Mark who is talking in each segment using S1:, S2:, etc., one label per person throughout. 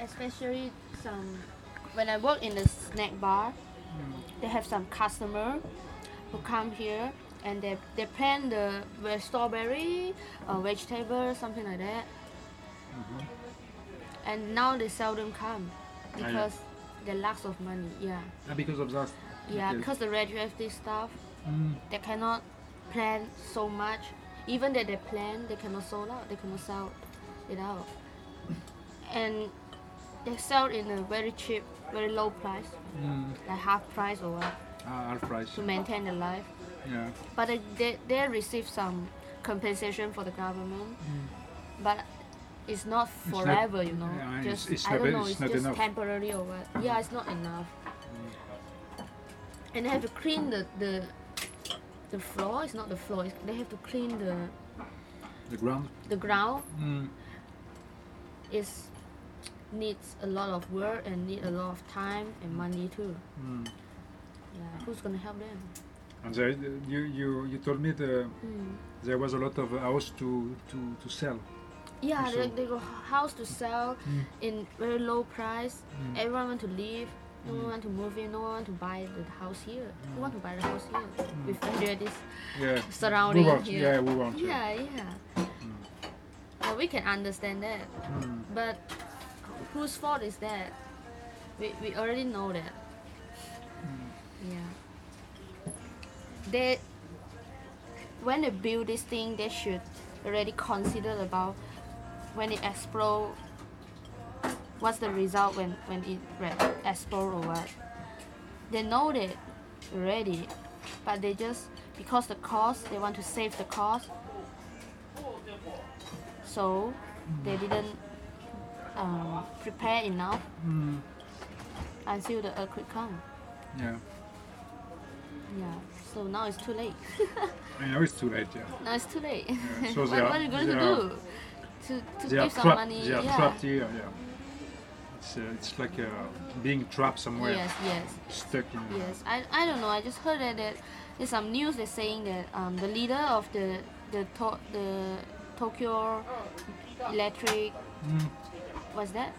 S1: especially some when I work in the snack bar, they have some customer who come here and they they plant the ve- strawberry, uh, vegetable, something like that. And now they seldom come
S2: yeah.
S1: because the lack of money. Yeah,
S2: Uh, because of that.
S1: yeah, because the radioactive stuff
S2: Mm,
S1: they cannot plan so much. Even that they plan, they cannot sold out. They cannot sell it out, and they sell in a very cheap, very low price,
S2: mm,
S1: like half price or what,
S2: uh, our price.
S1: to maintain the life.
S2: Yeah.
S1: But they they, they receive some compensation for the government, but it's not
S2: Hmm. not-
S1: forever, you know.
S2: yeah, it's-
S1: just
S2: it's
S1: I
S2: not
S1: don't
S2: en-
S1: know.
S2: it's
S1: It's,
S2: not
S1: just
S2: enough.
S1: temporary or what. Yeah, it's not enough. And they have to clean the the the floor. It's not the floor. It's, they have to clean the
S2: The ground.
S1: the ground.
S2: Mm,
S1: Is needs a lot of work and need a lot of time and money too.
S2: mm.
S1: Yeah, who's gonna help them?
S2: And there, you, you, you told me the,
S1: Mm.
S2: there was a lot of house to, to, to sell.
S1: Yeah,
S2: So-
S1: they, they got house to sell
S2: Mm.
S1: in very low price.
S2: Mm.
S1: Everyone want to leave. No one want to move in. No one want to buy the house here. Who want to buy the house here? We fear this
S2: Yeah.
S1: surrounding
S2: we want,
S1: here.
S2: Yeah, we want.
S1: Yeah, yeah. Well, we can understand that,
S2: Mm.
S1: but whose fault is that? We, we already know that. Yeah. They, when they build this thing, they should already consider about when it explode. What's the result when when it re- explode or what? They know that already, but they just because the cost they want to save the cost. So they didn't um, prepare enough
S2: Mm.
S1: until the earthquake come.
S2: Yeah.
S1: Yeah. So now it's too late.
S2: I know it's too late. Yeah.
S1: now it's too late.
S2: so
S1: what,
S2: they are-
S1: what are you going to
S2: they are-
S1: do? To, to
S2: They are
S1: give some
S2: trapped.
S1: money?
S2: They are
S1: yeah.
S2: trapped here. Yeah. It's, uh, it's like uh, being trapped somewhere,
S1: Yes, yes,
S2: stuck in.
S1: yes. I, I don't know. I just heard that, that there's some news that's saying that um, the leader of the the to- the Tokyo Electric
S2: Mm.
S1: what's that?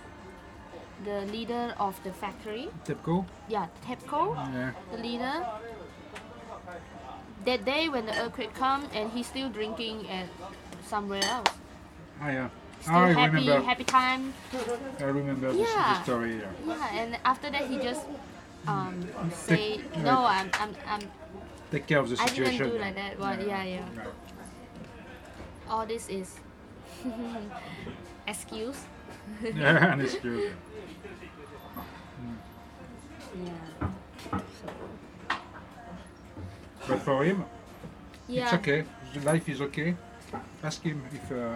S1: The leader of the factory,
S2: TEPCO.
S1: yeah, TEPCO.
S2: Yeah.
S1: the leader that day when the earthquake come and he's still drinking at somewhere else
S2: Ah, yeah.
S1: still
S2: I
S1: happy
S2: remember.
S1: happy time
S2: I remember this,
S1: Yeah.
S2: this story. Yeah.
S1: yeah and after that he just um, say
S2: Take-
S1: no I'm, I'm, I'm
S2: Take care of the
S1: I
S2: situation.
S1: didn't do like that but yeah yeah
S2: yeah.
S1: all this is excuse
S2: yeah, and it's true.
S1: yeah
S2: But for him, it's
S1: yeah
S2: okay. The Life is okay. Ask him if uh,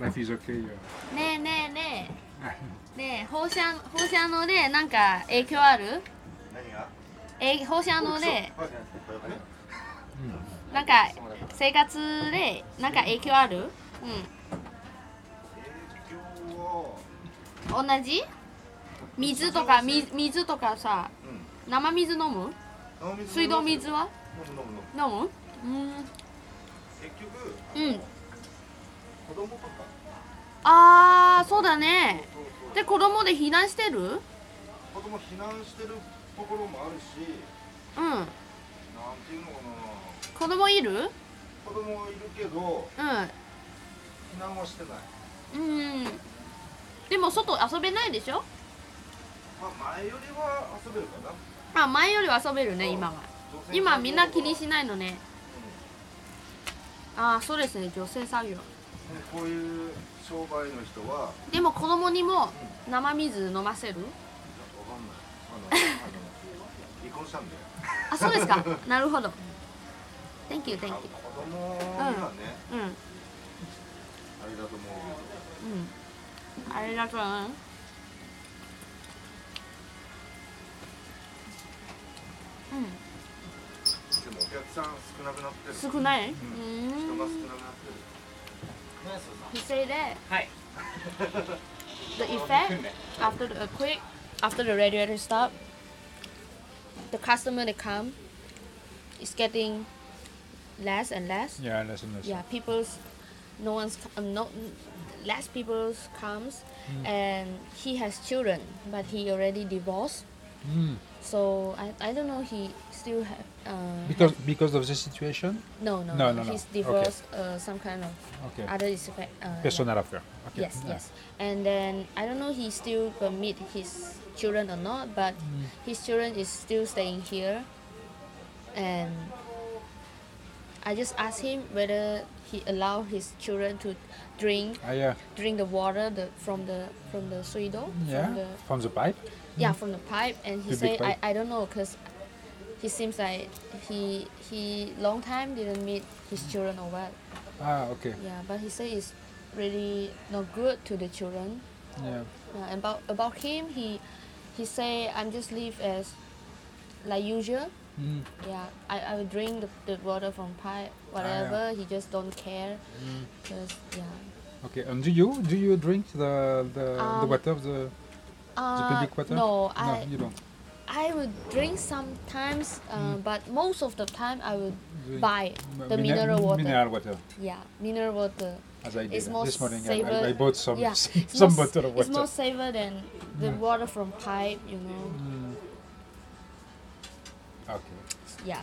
S2: life is okay. Yeah.
S1: ねえねえねえねえ放射放射能でなんか影響ある
S3: 何が
S1: え放射能で
S3: はい
S1: なんか生活でなんか影響ある？
S3: 影響を
S1: うん。同じ？水とか水水とかさ、生水飲む？
S3: 飲み
S1: 水道水は
S3: 飲む飲む飲む
S1: 飲む？う
S3: 結局
S1: ん。うん。
S3: 子供とか
S1: ああ、そうだね。で子供で避難してる？うん。
S3: 子供避難してるところもあるしなんていうのかな
S1: 子供いる？うん。
S3: 子供はいるけど避難はしてない
S1: うん。でも外遊べないでしょ？
S3: まあ前よりは遊べるかな
S1: あ、前よりは遊べるね今は。
S3: 女性
S1: 今みんな気に
S3: うん
S1: しないのね。ああ、そうですね。女性作業。
S3: こういう商売の人はわ
S1: でも子供にも生水飲ませる
S3: かんないあのあの離婚したんだよ
S1: あそうです かなるほど Thank you thank
S3: あ
S1: you
S3: 子供にはね
S1: うんうん
S3: あれだと思う
S1: ありがとうう
S3: けどでもお客さん少なくなってる
S1: ん少ないうん
S3: 人が少なくなってる
S1: He said that
S4: はい
S1: the
S2: Oh,
S1: effect after the earthquake after the radiator stop the customer that come is getting less and less
S2: Yeah, less and less.
S1: yeah people's no one's co- um, no less people comes
S2: Hmm.
S1: and he has children but he already divorced
S2: Mm.
S1: so i, I don't know he still have uh,
S2: Because because of the situation?
S1: no, no
S2: No,
S1: no
S2: no, no.
S1: he's
S2: Okay.
S1: divorced uh, some kind of
S2: Okay.
S1: other effect uh,
S2: Personal affair. Okay.
S1: yes
S2: Yeah.
S1: yes and then i don't know he still permit his children or not but
S2: Mm.
S1: his children is still staying here and i just asked him whether he allow his children to drink
S2: Ah, yeah.
S1: drink the water the, from the from the suido
S2: Yeah.
S1: from the
S2: From the pipe?
S1: yeah from the pipe and he
S2: The big
S1: said I,
S2: pipe.
S1: I don't know because he seems like he he long time didn't meet his children or what
S2: Ah, okay.
S1: yeah but he said it's really not good to the children
S2: Yeah.
S1: yeah, and Uh, about about him he he say i'm just live as like usual
S2: Mm. Ah,
S1: yeah i, I will drink the, the water from pipe whatever he just don't care
S2: Mm.
S1: because yeah
S2: Okay. And do you do you drink the the, the
S1: Um,
S2: water of the, the
S1: uh,
S2: public water?
S1: no i
S2: no, you don't.
S1: I will drink sometimes, uh, but most of the time I will
S2: Mm. Drink
S1: buy
S2: m-
S1: the
S2: mine-
S1: mineral water.
S2: Mineral water,
S1: Yeah, mineral water.
S2: as I did uh,
S1: It's more
S2: this morning. I-
S1: savor-
S2: I, I bought some
S1: yeah, it's
S2: some
S1: more,
S2: bottle of
S1: It's more
S2: water.
S1: safer than the
S2: Mm.
S1: water from pipe, you know.
S2: Mm. Okay.
S1: Yeah,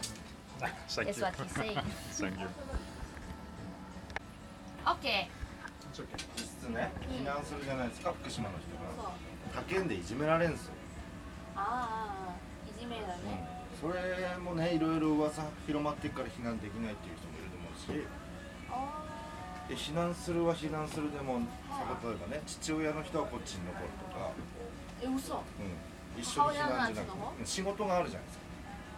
S2: Thank
S1: that's
S2: you.
S1: what he's saying.
S2: Thank you.
S1: okay.
S2: It's okay.
S3: 実質ね避難するじゃないですか福島の人が他県でいじめられんすよ、
S1: ああ、いじめだね。
S3: それもねいろいろ噂広まってっから避難できないっていう人もいると思うしで避難するは避難するでも例えばね父親の人はこっちに残るとか、
S1: え、嘘。
S3: うん、一緒に避難じゃな
S1: 母親のあっちの方
S3: くて仕事があるじゃないですか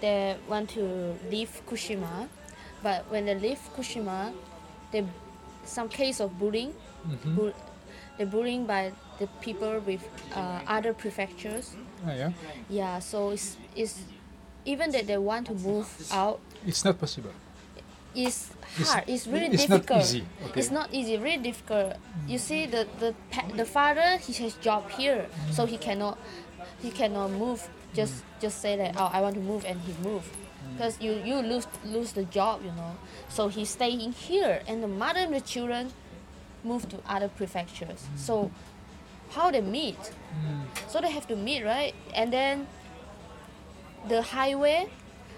S1: that want to leave Kushima, but when they leave Kushima, they some case of bullying,
S2: Mhm.
S1: bu- the bullying by the people with uh, other prefectures.
S2: Ah, yeah.
S1: Yeah, so it's, it's even that they want to move out.
S2: It's not possible.
S1: It's hard. It's really
S2: it's not
S1: difficult.
S2: easy, okay.
S1: It's not easy. Really difficult. You see, the the pa- the father he has job here, so he cannot he cannot move. Just just say that oh I want to move and he move,
S2: Mm.
S1: because you you lose lose the job you know. So he's staying here, and the mother and the children move to other
S2: Mm.
S1: prefectures. So how they meet? So they have to meet right, and then the highway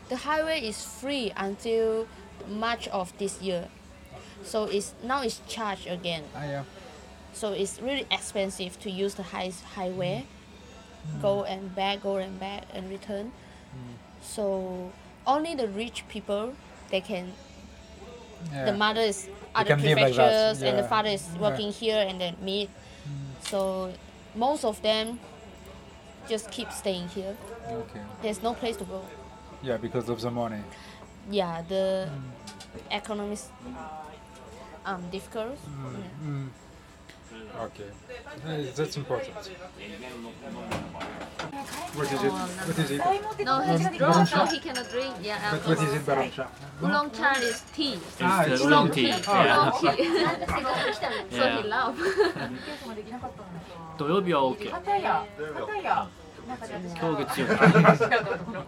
S1: the highway is free until March of this year. So it's now it's charged again.
S2: Ah, yeah.
S1: So it's really expensive to use the high highway,
S2: Mm.
S1: go and back, go and back and return. So only the rich people they can.
S2: yeah.
S1: The mother is other
S2: can live like
S1: prefectures
S2: that,
S1: and the
S2: yeah.
S1: father is
S2: Yeah. Mm.
S1: working here and then meet. So most of them just keep staying here.
S2: Okay.
S1: There's no place to go.
S2: Yeah, because of the money.
S1: yeah the Hmm. economics um difficult Yeah.
S2: Mm. Okay. Eh, That's important. What is it? What is it?
S1: no he's drunk so he cannot drink yeah
S2: But what is it, Barancha?
S1: Oolong cha is tea
S2: Ah,
S4: It's
S2: it's
S4: the long
S2: tea.
S4: tea.
S2: Ah.
S4: Yeah.
S1: oolong tea so he
S4: Yeah.
S1: love
S4: 土曜日は OK。
S5: パタヤ、
S3: 土曜日は
S5: パタヤ、なんか
S4: 今月曜日。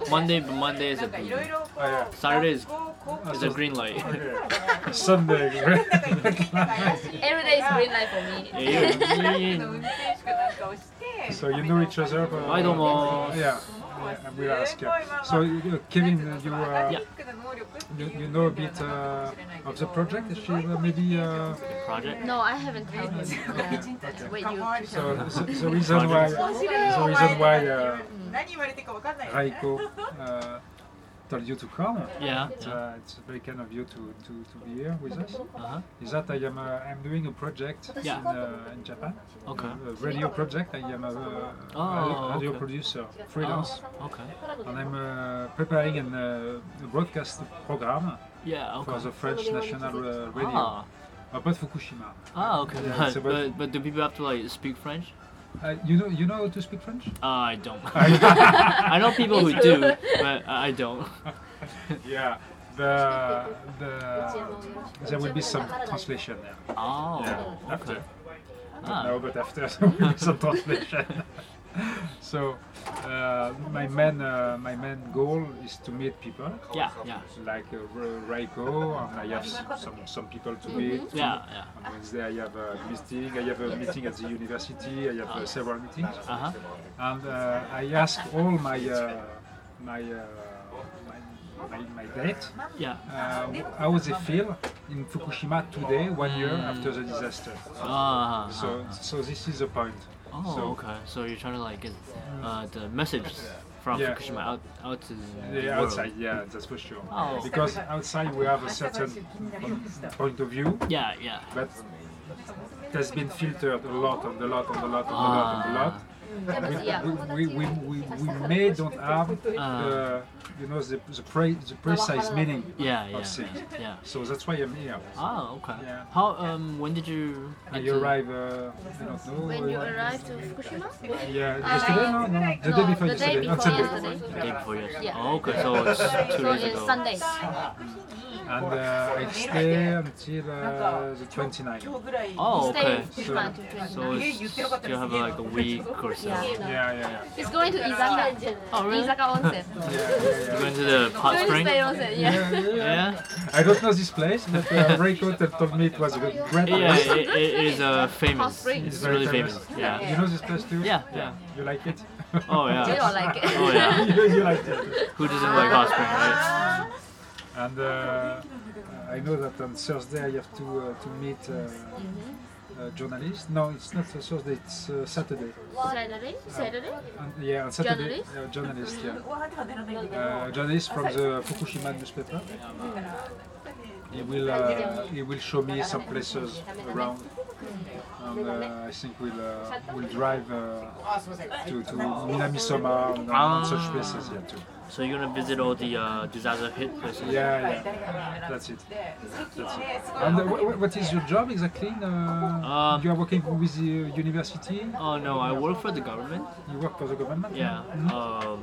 S4: Monday, Monday is a
S5: いろい
S4: green.
S5: ろこう
S2: yeah.
S4: Saturday is
S5: こうこ
S4: is a green light.
S2: Sunday.
S5: うなんか言ってなんか怪しい
S1: every day is green light for me
S4: Yeah,
S5: の
S4: yeah.
S5: 運転手かなんかをして、
S2: So you know each other? but-
S4: はいどうも
S2: Yeah. yeah we ask. Yeah. So uh, Kevin, uh, you uh,
S4: Yeah.
S2: you, you know a bit uh, of the project? She uh, maybe. Uh,
S4: Project.
S1: no I haven't told him yeah. wait you
S2: so the, the reason why the reason why uh,
S5: 何言われてるかわかんないよね
S2: Raiko uh, told you to come.
S4: Yeah.
S2: It's,
S4: yeah.
S2: uh, it's very kind of you to, to, to be here with us.
S4: Uh-huh.
S2: Is that I am uh, I'm doing a project
S4: Yeah.
S2: in, uh, in Japan,
S4: Okay.
S2: a radio project. I am a, uh,
S4: Oh,
S2: radio
S4: okay.
S2: producer, freelance,
S4: Oh, okay.
S2: and I'm uh, preparing an, uh, a broadcast program
S4: Yeah.
S2: for
S4: Okay.
S2: the French national uh, radio.
S4: Ah.
S2: Uh, but Fukushima.
S4: Ah, okay.
S2: Yeah, it's
S4: but,
S2: about-
S4: but, do people have to like speak French?
S2: Uh, you know, you know how to speak French?
S4: Uh, I don't. I know people who do, but I I don't.
S2: Yeah. The, the there will be some translation. Yeah.
S4: Oh,
S2: Yeah,
S4: okay.
S2: after. Not
S4: Ah,
S2: now, but after there will be some translation. so uh, my main uh, my main goal is to meet people
S4: yeah, yeah,
S2: like uh, Ra- Raiko, and I have s- some some people to meet.
S4: Mm-hmm. yeah, yeah.
S2: On Wednesday I have a meeting. I have a meeting at the university. I have uh, several meetings.
S4: Uh huh.
S2: and uh, I ask all my uh, my, uh, my my my date
S4: Yeah.
S2: uh, how they feel in Fukushima today, one year after the disaster.
S4: Mm. Ah.
S2: So so this is the point.
S4: oh,
S2: so-
S4: okay. So you're trying to like get uh, the message from
S2: Yeah.
S4: Fukushima out out to the
S2: The
S4: world.
S2: outside, yeah, that's for sure.
S4: Oh.
S2: Because outside we have a certain point of view,
S4: Yeah, yeah.
S2: but it has been filtered a lot and a lot and a lot and a lot and a lot. We, we, we, we, we may don't have
S4: Uh,
S2: the, you know the, the, pre, the precise meaning
S4: yeah,
S2: of
S4: yeah,
S2: things.
S4: yeah.
S2: So that's why I'm here.
S4: Oh, okay.
S2: Yeah.
S4: How um when did you?
S2: I
S4: get to-
S2: arrive, uh, I don't know.
S1: When you
S2: uh,
S1: arrive to Fukushima?
S2: Yeah, yesterday? No, no, the
S1: No,
S2: day before
S1: the day
S2: yesterday. on
S1: before
S2: Sunday.
S1: yesterday.
S4: The day before yesterday.
S1: Yeah.
S4: Oh, okay, so it's two
S1: So
S4: days
S1: it's
S4: ago.
S1: Sunday.
S2: And uh, I stay until uh, the 29th.
S5: 今日ぐらい
S4: Oh, okay.
S1: Stay Fukushima to
S4: So
S1: 29.
S4: it's, you have like a week or so.
S1: Yeah.
S2: Yeah, yeah, yeah.
S1: It's going to Izaka.
S4: Oh, really?
S1: Izaka onsen.
S2: yeah, yeah,
S4: You
S2: yeah.
S4: went to the hot
S1: Going to
S4: spring?
S1: stay onsen. Yeah.
S2: Yeah, yeah, yeah.
S4: Yeah,
S2: I don't know this place, but uh, Reiko t- told me it was a great
S4: yeah,
S2: place.
S4: it, it is uh,
S1: Hot
S4: famous.
S1: spring.
S4: It's really
S2: very
S4: famous. Yeah.
S2: You know this place too?
S4: Yeah, yeah.
S2: You like it?
S4: Oh
S1: Do you
S4: yeah.
S1: like it?
S4: Oh yeah.
S2: you, you like it.
S4: Who doesn't like hot spring, right?
S2: And uh, I know that on Thursday I have to uh, to meet uh, a journalist. No, it's not a Thursday. It's uh, Saturday. Uh,
S1: Saturday? Saturday?
S2: And, yeah, on Saturday.
S1: Journalist?
S2: Uh, journalist. Yeah.
S5: ご飯とか出らないんだけど
S2: uh, journalist from the Fukushima newspaper. He will uh, he will show me some places around, and uh, I think we'll uh, we'll drive uh, to to Minamisoma and, uh, and such places yeah too.
S4: So you're gonna visit all the uh, disaster hit places?
S2: Yeah, yeah, that's it.
S5: 席をねすごい
S2: And uh, wh- wh- what is your job exactly? Uh,
S4: Um,
S2: you are working with the university.
S4: Oh no, I work for the government.
S2: You work for the government.
S4: Yeah. Um, uh,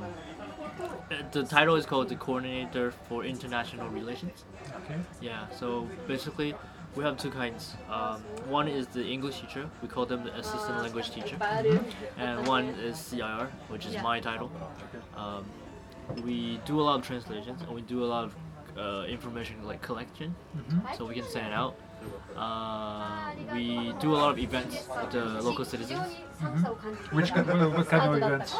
S4: the title is called the Coordinator for International Relations.
S2: Mm-hmm. Okay.
S4: Yeah. So basically, we have two kinds. Um, one is the English teacher. We call them the assistant language teacher, and one is CIR, which is
S1: Yeah.
S4: my title. Um, we do a lot of translations and we do a lot of uh, information like collection,
S1: Mm-hmm.
S4: so we can send it out. Uh, we do a lot of events with the local citizens.
S2: Mm-hmm. Which kind of, what kind of events?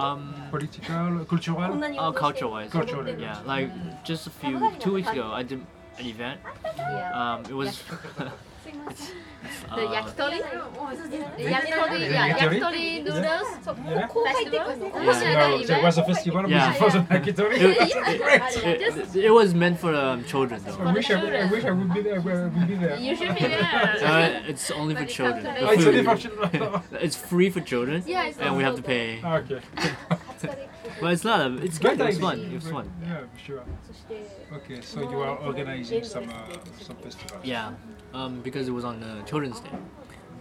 S4: Um,
S2: Political, cultural.
S4: Oh, culture wise.
S2: Culture wise.
S4: Yeah, like just a few, two weeks ago, I did an event. Um, it was. it's,
S1: The
S4: uh,
S1: yakitori? The yakitori, yeah,
S2: Yakitori?
S1: yakitori noodles
S2: Yeah.
S1: festival.
S4: Yeah.
S2: No, there was a festival with
S4: Yeah.
S2: frozen yakitori.
S4: it, it, it, it was meant for um, children though.
S2: I wish I, would- I wish I would be there. I would be there.
S1: You should be there.
S4: Uh, it's only for children. The
S2: Oh, it's
S4: food-
S2: only for children.
S4: it's free for children,
S1: Yeah, it's
S4: and we have to pay.
S2: okay.
S4: But it's not. a- It's good.
S2: But I-
S4: It's fun. It's fun.
S2: Yeah, sure. Okay, so you are organizing some uh, some festivals.
S4: Yeah, um, because it was on the Children's Day,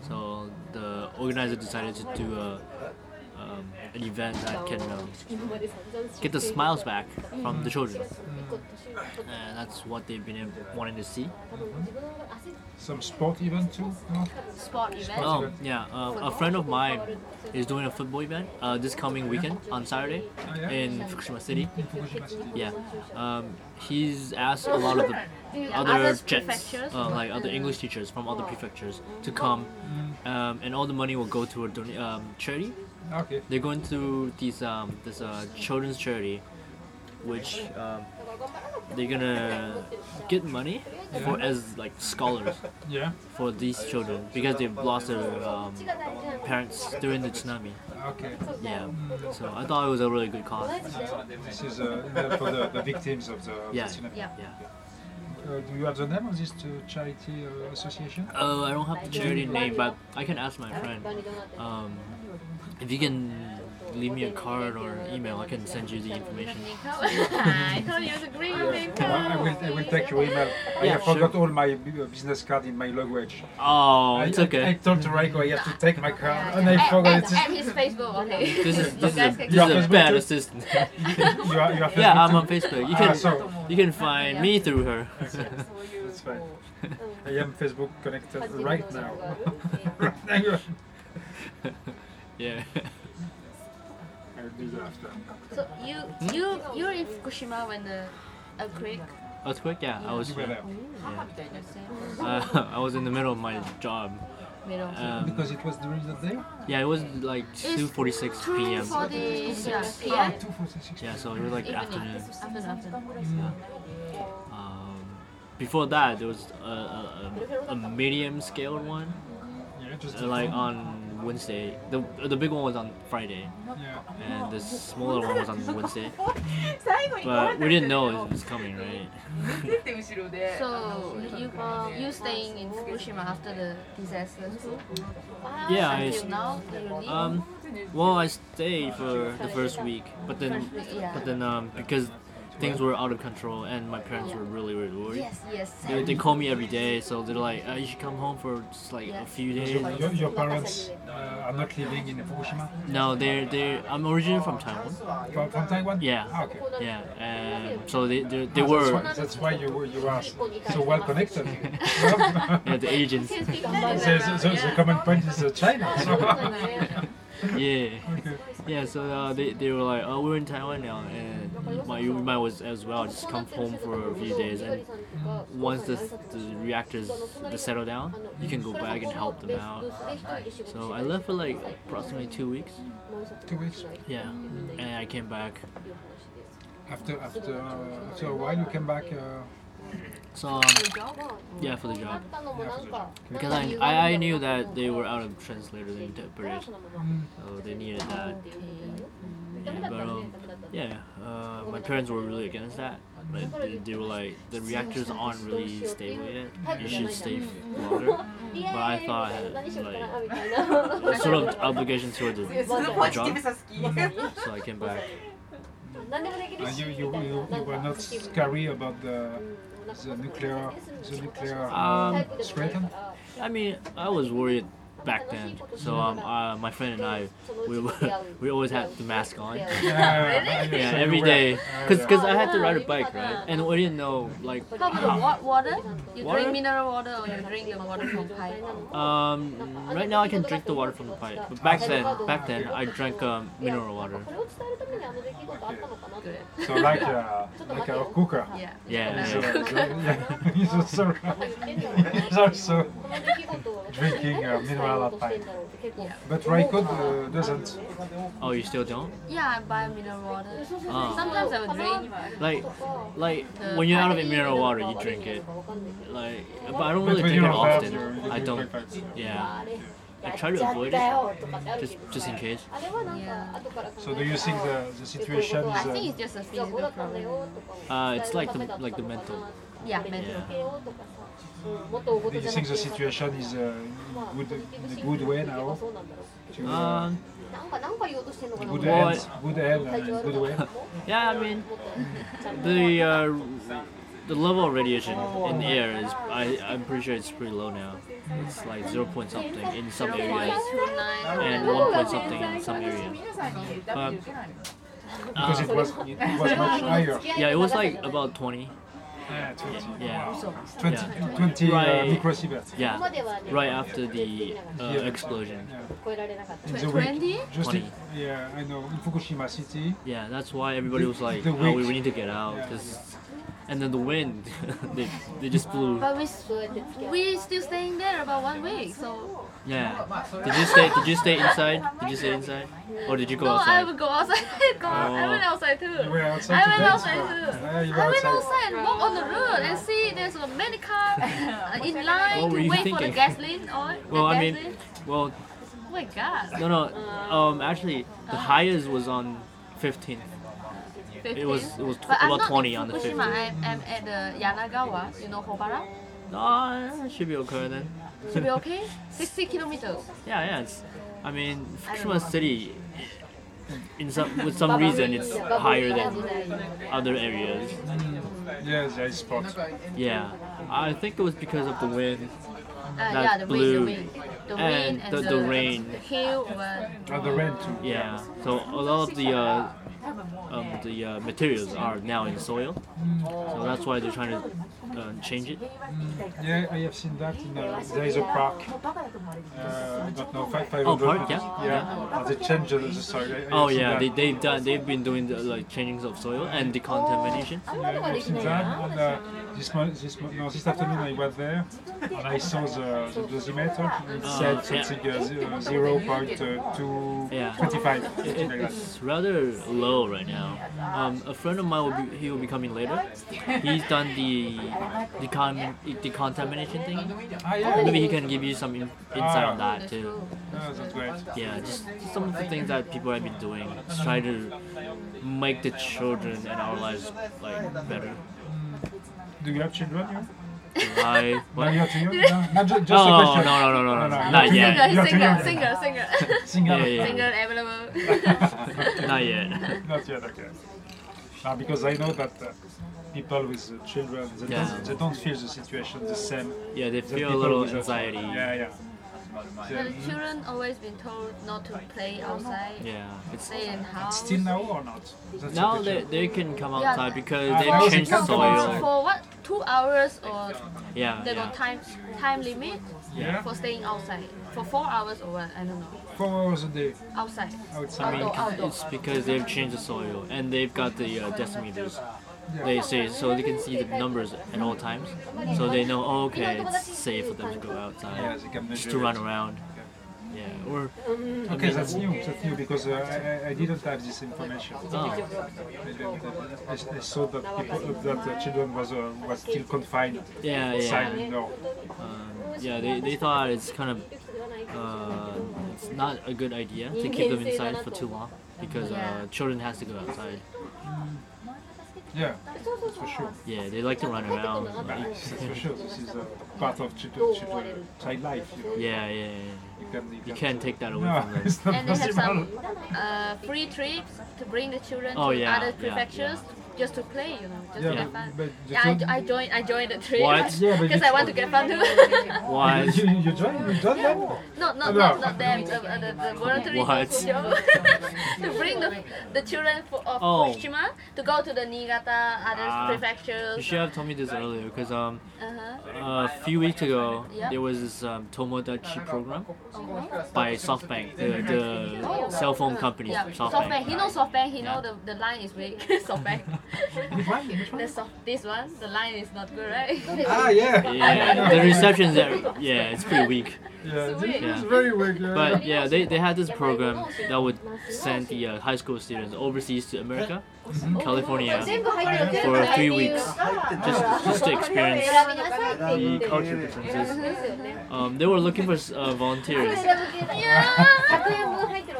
S4: so the organizer decided to do a, um, an event that can um, get
S2: Mm.
S4: the smiles back from the children, and that's what they've been wanting to see.
S2: Some sport event too. No?
S1: Sport event.
S4: Oh yeah, uh, a friend of mine is doing a football event uh, this coming weekend on Saturday
S2: Oh, yeah?
S4: in Fukushima City.
S2: In Fukushima City.
S4: Yeah, um, he's asked a lot of the other
S1: Other
S4: jets,
S1: prefectures?
S4: uh, like other English teachers from other prefectures, to come,
S2: Mm,
S4: um, and all the money will go to a don- um, charity.
S2: Okay.
S4: They're going to these um, this uh, children's charity, which um, they're gonna get money for as like scholars
S2: Yeah.
S4: for these children because they've lost their um, parents during the tsunami.
S2: Okay.
S4: Yeah, so I thought it was a really good cause.
S2: This is uh, event for the, the victims of the of the
S4: Yeah.
S2: tsunami.
S1: Yeah.
S4: Yeah.
S2: Uh, do you have the name of this uh, charity uh, association?
S4: Uh, I don't have the charity name, but I can ask my friend. Um, if you can leave me a card or an email. I can send you the information.
S6: I thought you was agreeing with me.
S2: I I will, I will take your email. I
S4: Yeah,
S2: have
S4: sure.
S2: forgot all my bu- business card in my luggage.
S4: Oh,
S2: I,
S4: it's
S2: I- I,
S4: okay.
S2: told Raiko I have to take my card, and I
S1: Add, add,
S2: forgot it.
S1: add his Facebook on it.
S4: This is
S1: you
S4: this is
S1: guys
S4: a,
S1: can
S4: this is a
S2: Yeah.
S4: bad assistant.
S2: you are, you are
S4: Yeah, I'm
S2: Facebook
S4: on Facebook. You
S2: Ah,
S4: can
S2: so-
S4: you can find me through her.
S2: too. That's fine. I am Facebook connected right now.
S4: yeah.
S2: I'll do that after.
S1: So you you you were in Fukushima when the earthquake.
S4: Earthquake? Yeah, I was.
S2: You were there.
S4: yeah. Uh, I was in the middle of my job.
S1: You know.
S4: Um,
S2: Because it was during the day?
S4: yeah, it was like 2:46
S1: Three
S4: p.m.
S1: for the yeah,
S2: Ah,
S1: PM.
S2: 2.46.
S4: Yeah, so it was like afternoon.
S1: After after.
S4: Um, before that, there was a, a, a, a medium scale one,
S2: Yeah, just
S4: uh, like on Wednesday. The the big one was on Friday,
S2: Yeah.
S4: and the smaller one was on Wednesday. But we didn't know it was coming, right?
S1: So you uh, you staying in Fukushima after the disaster Uh, too?
S4: Yeah, I
S1: Until
S4: s-
S1: now you leave.
S4: Um, well, I stayed for the first week, but then,
S1: First week, yeah.
S4: but then, um, because things were out of control, and my parents were really, really worried.
S1: yes, yes.
S4: They, they call me every day, so they're like, uh, "You should come home for just like a few days."
S2: Your, your parents uh, are not living in Fukushima?
S4: No, they're they. I'm originally from Taiwan.
S2: From, from Taiwan?
S4: Yeah.
S2: Ah, okay.
S4: Yeah, um, so they they, they
S2: Ah, That's why,
S4: were
S2: that's why you, were- you are so well connected. Yeah.
S4: yeah, the agents.
S2: the, the, the, the common point is uh, China. So.
S4: Yeah,
S2: okay.
S4: yeah. So uh, they they were like, "Oh, we're in Taiwan now, and my you might was as well just come home for a few days, and once the the reactors they settle down, you can go back and help them out." So I left for like approximately two weeks.
S2: Two weeks.
S4: Yeah, and I came back.
S2: After, after, uh, after a while, you came back. Uh,
S4: So um, yeah, for the job. Because I, I, I knew that they were out of translators and interpreters,
S2: uh,
S4: so they needed that. Yeah, but um, yeah, uh, my parents were really against that. But they, they were like, the reactors aren't really stable yet. You should stay longer. But I thought I had like sort of obligation towards the the job, so I came back.
S2: and Uh, you, you, you, you were not scary about the, the nuclear, the nuclear
S4: Um,
S2: threat?
S4: I mean, I was worried back then. So um, uh, my friend and I, we were, we always had the mask on.
S2: Yeah,
S4: Yeah,
S2: so
S4: every
S2: you were-
S4: day. Cause,
S2: yeah.
S4: cause I had to ride a bike, right? And we didn't know, like,
S1: How about the wa- water? You
S4: Water?
S1: drink mineral water or you drink the water from pipe?
S4: um, right now I can drink the water from the pipe, but back then, back then I drank um, mineral water.
S2: So like a, like a cooker.
S1: Yeah.
S4: Yeah.
S2: So, so, yeah, he's also, he's also drinking uh, mineral pipe. But Raiko uh, doesn't.
S4: Oh, you still don't?
S1: Yeah, I buy mineral water.
S4: Oh.
S1: Sometimes I will drink.
S4: Like, like when you're out of mineral water, you drink it. Like, but I don't
S2: But
S4: really
S2: when
S4: drink it
S2: you're on fast, you're-
S4: often.
S2: you
S4: I
S2: drink
S4: don't.
S2: like that.
S4: Yeah. I try to avoid it, just just in case.
S2: So do you think the, the situation
S1: I
S2: is uh,
S1: think it's just a physical problem.
S4: Uh, it's like the like the mental.
S1: Yeah, mental.
S4: Yeah.
S2: Do you think the situation is uh, in good, in a good way now? To, uh,
S4: Um,
S2: good
S4: Well,
S2: end, good end, uh, good way.
S4: yeah, I mean, the uh, the level of radiation in the air is I I'm pretty sure it's pretty low now. It's like zero point something in some areas and one point something in some areas.
S2: Because
S1: Ah.
S2: it was it was much higher.
S4: Um, Yeah, it was like about 20.
S2: Yeah, 20,
S4: Yeah,
S2: 20,
S4: Yeah.
S2: 20 uh,
S4: Right.
S2: microsieverts.
S4: yeah, right after the uh, explosion.
S2: Yeah. In the week,
S1: 20?
S2: just in,
S4: 20.
S2: yeah, I know. In Fukushima City,
S4: Yeah, that's why everybody was like,
S2: The
S4: "Oh, we
S2: wind.
S4: we need to get out," because, and then the wind, they they just blew.
S1: But we, s- we still staying there about one week, so...
S4: Yeah. Did you stay? Did you stay inside? Did you stay inside, or did you go
S1: No, I will
S4: outside?
S1: go outside. go out. I went outside too.
S2: you were outside.
S1: I went
S2: today,
S1: outside
S2: so-
S1: too.
S2: Yeah, you were
S1: I went
S2: outside.
S1: outside and walked on the road and see there's a many cars uh, in line to
S4: What Oh, were you
S1: wait for the
S4: thinking?
S1: gasoline oil.
S4: Well,
S1: the
S4: I mean,
S1: gasoline.
S4: well,
S1: Oh my god.
S4: no, no. Um, actually, the
S1: Uh-huh.
S4: highest was on 15th.
S1: 15.
S4: It was it was tw-
S1: But I'm
S4: about
S1: not
S4: 20
S1: in
S4: on the
S1: Fukushima. I'm,
S4: 15th.
S1: I'm at the Yanagawa, you know Hobara.
S4: No, it should be okay then.
S1: Should be okay. 60 kilometers.
S4: Yeah, yeah. It's, I
S1: I don't
S4: mean,
S1: know.
S4: Fukushima City in some with some reason it's higher than other areas.
S2: Mm. Yeah, there is spots.
S4: Yeah, I think it was because of the wind.
S1: Uh,
S4: That's
S1: yeah, the wind, the
S4: blue.
S1: wind, the
S4: And
S1: wind, and
S4: the- the rain.
S1: the hill. Were,
S2: And the rain too.
S4: Yeah, so a lot of the uh, um, the uh, materials are now in soil,
S2: Mm,
S4: so that's why they're trying to uh, change it.
S2: mm. Yeah, I have seen that. In, uh, there is a park. Uh, I don't know, five- 500.
S4: Oh, park, yeah,
S2: Yeah, and they change the, the soil. I- I have
S4: Oh
S2: seen
S4: yeah,
S2: that.
S4: they they've done they've been doing the, like changings of soil and decontamination.
S2: Yeah, I have seen that. And, uh, this, mo- this, mo- no, this afternoon I was there and I saw the, the dosimeter. It said
S4: yeah.
S2: something uh, ze- uh, 0.25.
S4: Yeah. It-
S2: something
S4: it-
S2: like that.
S4: it's rather low right now. Um, a friend of mine will be he will be coming later. He's done the decon- decontamination thing.
S2: Ah, yeah.
S4: Maybe he can give you some in- insight on that too.
S2: Ah, that's great.
S4: Yeah, just some of the things that people have been doing, just try to make the children and our lives like better.
S2: Do you have children? You?
S4: I
S2: No,
S4: what?
S2: you have children? No, no, ju- just
S4: No,
S2: a question.
S4: Oh, no, no, no, no, no,
S2: no,
S4: not
S2: you're
S4: yet.
S2: too young, you're too
S6: Singer,
S2: young.
S6: singer, singer.
S2: Single.
S4: Yeah, yeah,
S6: Singer
S4: yeah.
S6: available.
S4: Not yet.
S2: Not yet, okay. Ah, because I know that uh, people with uh, children, they,
S4: Yeah.
S2: don't, they don't feel the situation the same.
S4: Yeah, they
S2: that
S4: feel a
S2: people
S4: little
S2: without-
S4: anxiety.
S2: Yeah, yeah.
S1: the
S2: They-
S1: children always been told not to play outside,
S4: Yeah, it's
S1: stay in house.
S2: Still now or not? That's the
S4: now
S2: question.
S4: they they can come
S1: Yeah.
S4: outside because
S2: Ah, now
S4: they've
S2: they
S4: changed
S2: can come
S1: For,
S2: outside.
S4: soil.
S1: for what two hours or
S4: Yeah,
S1: they
S4: yeah.
S1: got time time limit
S2: Yeah.
S1: for staying outside for four hours or what I don't know
S2: Four hours a day
S1: outside.
S4: I
S2: outside.
S4: mean,
S1: Outdoor, outdoor.
S4: it's because they've changed the soil and they've got the uh, decimeters. They say so they can see the numbers at all times, so they know. Oh, okay, it's safe for them to go
S2: Ah, Yeah,
S4: outside,
S2: they can
S4: just
S2: measure
S4: to
S2: it.
S4: run around. Yeah, or
S2: Okay, that's new. That's new because uh, I- I, I didn't have this information. I,
S4: oh,
S2: didn't have it. I, I saw that people that uh, children was uh, was still confined
S4: yeah, yeah.
S2: outside. No.
S4: Um, yeah, they, they thought it's kind of uh, it's not a good idea to keep them inside for too long because uh, children has to go outside.
S2: Yeah, that's for sure.
S4: Yeah, they like to run around.
S2: But
S4: like-
S2: it's- that's for sure. This is uh, part of children, children child life. You, know.
S4: yeah, yeah, yeah.
S2: you can you,
S4: You can't take that away
S2: No,
S4: from them.
S2: it's not
S1: And they have
S2: possible.
S1: some uh, free trips to bring the children
S4: Oh,
S1: to
S4: yeah,
S1: other
S4: yeah,
S1: prefectures just to play, you know, just to
S2: Yeah,
S1: get
S2: but,
S1: fun.
S2: but the
S6: Yeah, I,
S2: thing-
S6: jo- I joined. I joined the trip
S4: What?
S2: Yeah, but
S6: because
S2: you-
S6: I want to get fun too.
S4: Why?
S2: you, you join you join them?
S6: no, not
S2: No.
S6: not not them. The, the, the voluntary
S4: What?
S6: show to bring the, the children for, of
S4: Oh.
S6: Fukushima to go to the Niigata other
S4: Ah. You
S6: prefectures.
S4: should have told me this earlier because um,
S6: Uh-huh.
S4: a few weeks ago
S6: Yeah.
S4: there was this um, Tomodachi program by SoftBank, the, the cell phone company
S6: Oh. Yeah,
S4: SoftBank.
S6: SoftBank. He knows SoftBank. He know
S4: Yeah.
S6: the, the line is weak. SoftBank. the soft, this one, the line is not good, right?
S2: Ah, yeah.
S4: Yeah, the reception there, yeah, it's pretty weak.
S2: Yeah, this
S6: weird.
S2: is very weird. yeah.
S4: But yeah, they, they had this program that would send the uh, high school students overseas to America,
S6: Oh,
S4: California, for three weeks, just just to experience the culture differences. Um, they were looking for uh, volunteers.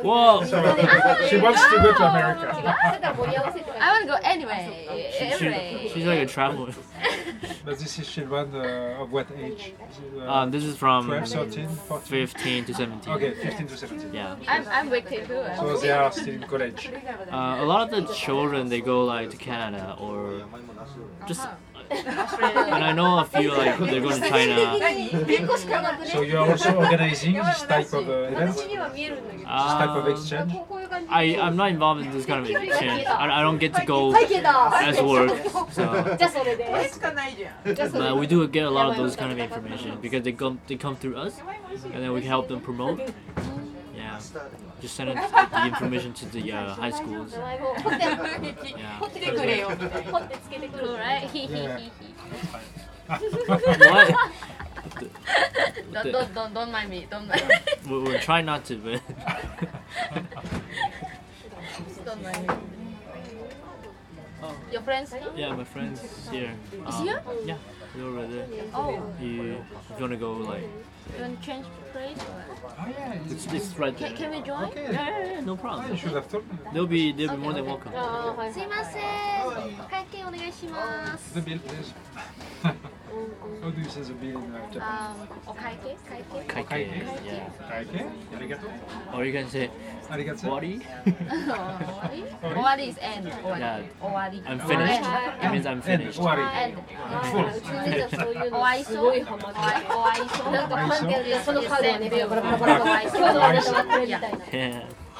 S4: Whoa!
S2: she wants to go to America.
S6: I want to go anyway.
S4: She,
S6: anyway.
S4: she's like a traveler.
S2: But this is children uh, of what age?
S4: Um, this is from
S2: 12, 13, 14?
S4: 15 to 17.
S2: Okay, 15 to 17.
S4: Yeah.
S6: I'm I'm waiting too.
S2: So they are still in college.
S4: Uh, a lot of the children they go like to Canada or just. And I know a few like they're going to China.
S2: So you are also organizing this type of uh, event, this type of
S4: Um,
S2: exchange?
S4: I I'm not involved in this kind of exchange. I, I don't get to go as work. So,
S7: じゃあそれで。
S4: but we do get a lot of those kind of information because they come they come through us, and then we can help them promote. Yeah, just send it, the information to the uh, high schools.
S7: 掘ってくれよ。掘ってつけてくる
S6: Cool,
S7: わ。
S6: right? He he
S2: Yeah.
S6: he he.
S4: What? The-
S6: Don't don't don't don't mind me. Don't mind.
S4: we, we'll try not to, but
S6: don't mind me. Your friends?
S4: yeah, my friends here. Um,
S6: here?
S4: Yeah, they're over there.
S6: Oh,
S4: You, if you wanna go like
S6: you want to change place? or-
S2: Ah, yeah, it's-
S4: it's, it's right there.
S6: Can, can we join?
S2: okay.
S4: yeah, yeah, yeah, no
S2: Ah, you
S4: problem.
S2: should have told me.
S4: They'll be they'll be more than welcome.
S7: ああはい。
S6: すいません。会計お願いします。
S2: The bill, please. How do you say the bill in uh, Japanese?
S6: Um, okaike, kaike.
S4: Kaike.
S2: Kaike.
S4: Yeah.
S2: Kaike? Arigato?
S4: Or you can say
S2: Arigato?
S4: wari.
S6: Owari? Owari is end. Owari.
S4: Yeah.
S6: Owari.
S4: I'm finished. It means I'm
S2: End.
S4: finished.
S2: Wari.
S6: End.
S7: うちの姉ちゃんそういう
S6: お
S7: の
S6: 愛
S7: す
S6: 想
S7: ごいハマって
S6: お愛想なんか関係で
S7: る。そのカードはね、バラバラバラバラ。
S6: お愛
S7: 今日の
S6: 想
S7: 私はこれみたいな。
S4: Yeah.
S6: あ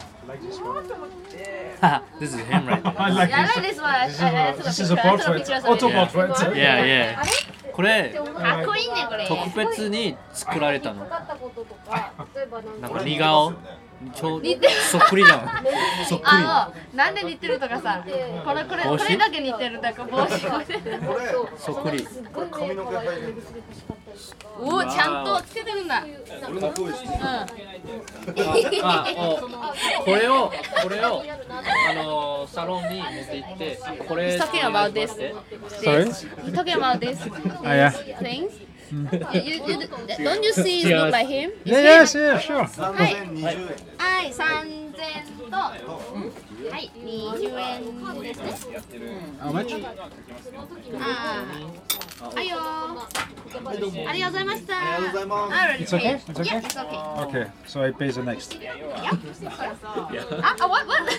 S2: I like this one.
S4: this is him right there.
S2: I like
S6: Yeah, I
S2: this.
S6: like this one. I,
S2: This is,
S6: I, I
S2: a,
S6: took a
S2: this
S6: picture.
S2: is a
S6: I took a
S2: portrait.
S6: picture. of it.
S2: Autoportrait.
S4: Yeah, yeah. これ
S6: かっこいいねこれ。
S4: 特別に作られたの。
S7: かったこととか、例えばなん
S4: なん
S7: か
S4: か似顔ちょう
S6: 似てる
S4: そっくりじゃん。そっくり。
S6: あのなんで似てるとかさ、これこれこ
S4: 帽子
S6: れだけ似てるだから帽子これ。
S3: これ
S4: そっくり。
S7: すっごい目可愛い目薬欲しかったりとか。
S6: おおちゃんとつけてるんだ。
S3: 俺の声してる
S4: あ、おこれをこれをあのサロンに持って行ってこれ
S6: He's talking about this.
S4: って
S2: Sorry?
S6: You talking about this
S2: Ah, yeah.
S6: things? You, you, you, don't you see it look like him?
S2: Yeah, yes, yeah, sure.
S3: 3020円です
S6: はい、三千と、はい、二十円ですね。
S2: How much?
S6: ああ、はいよー。ありがとうございました。
S3: ありがとうございます
S2: It's okay? It's okay?
S6: Yes, it's okay.
S2: Okay, so I pay the next.
S6: Ah, ah, what, what?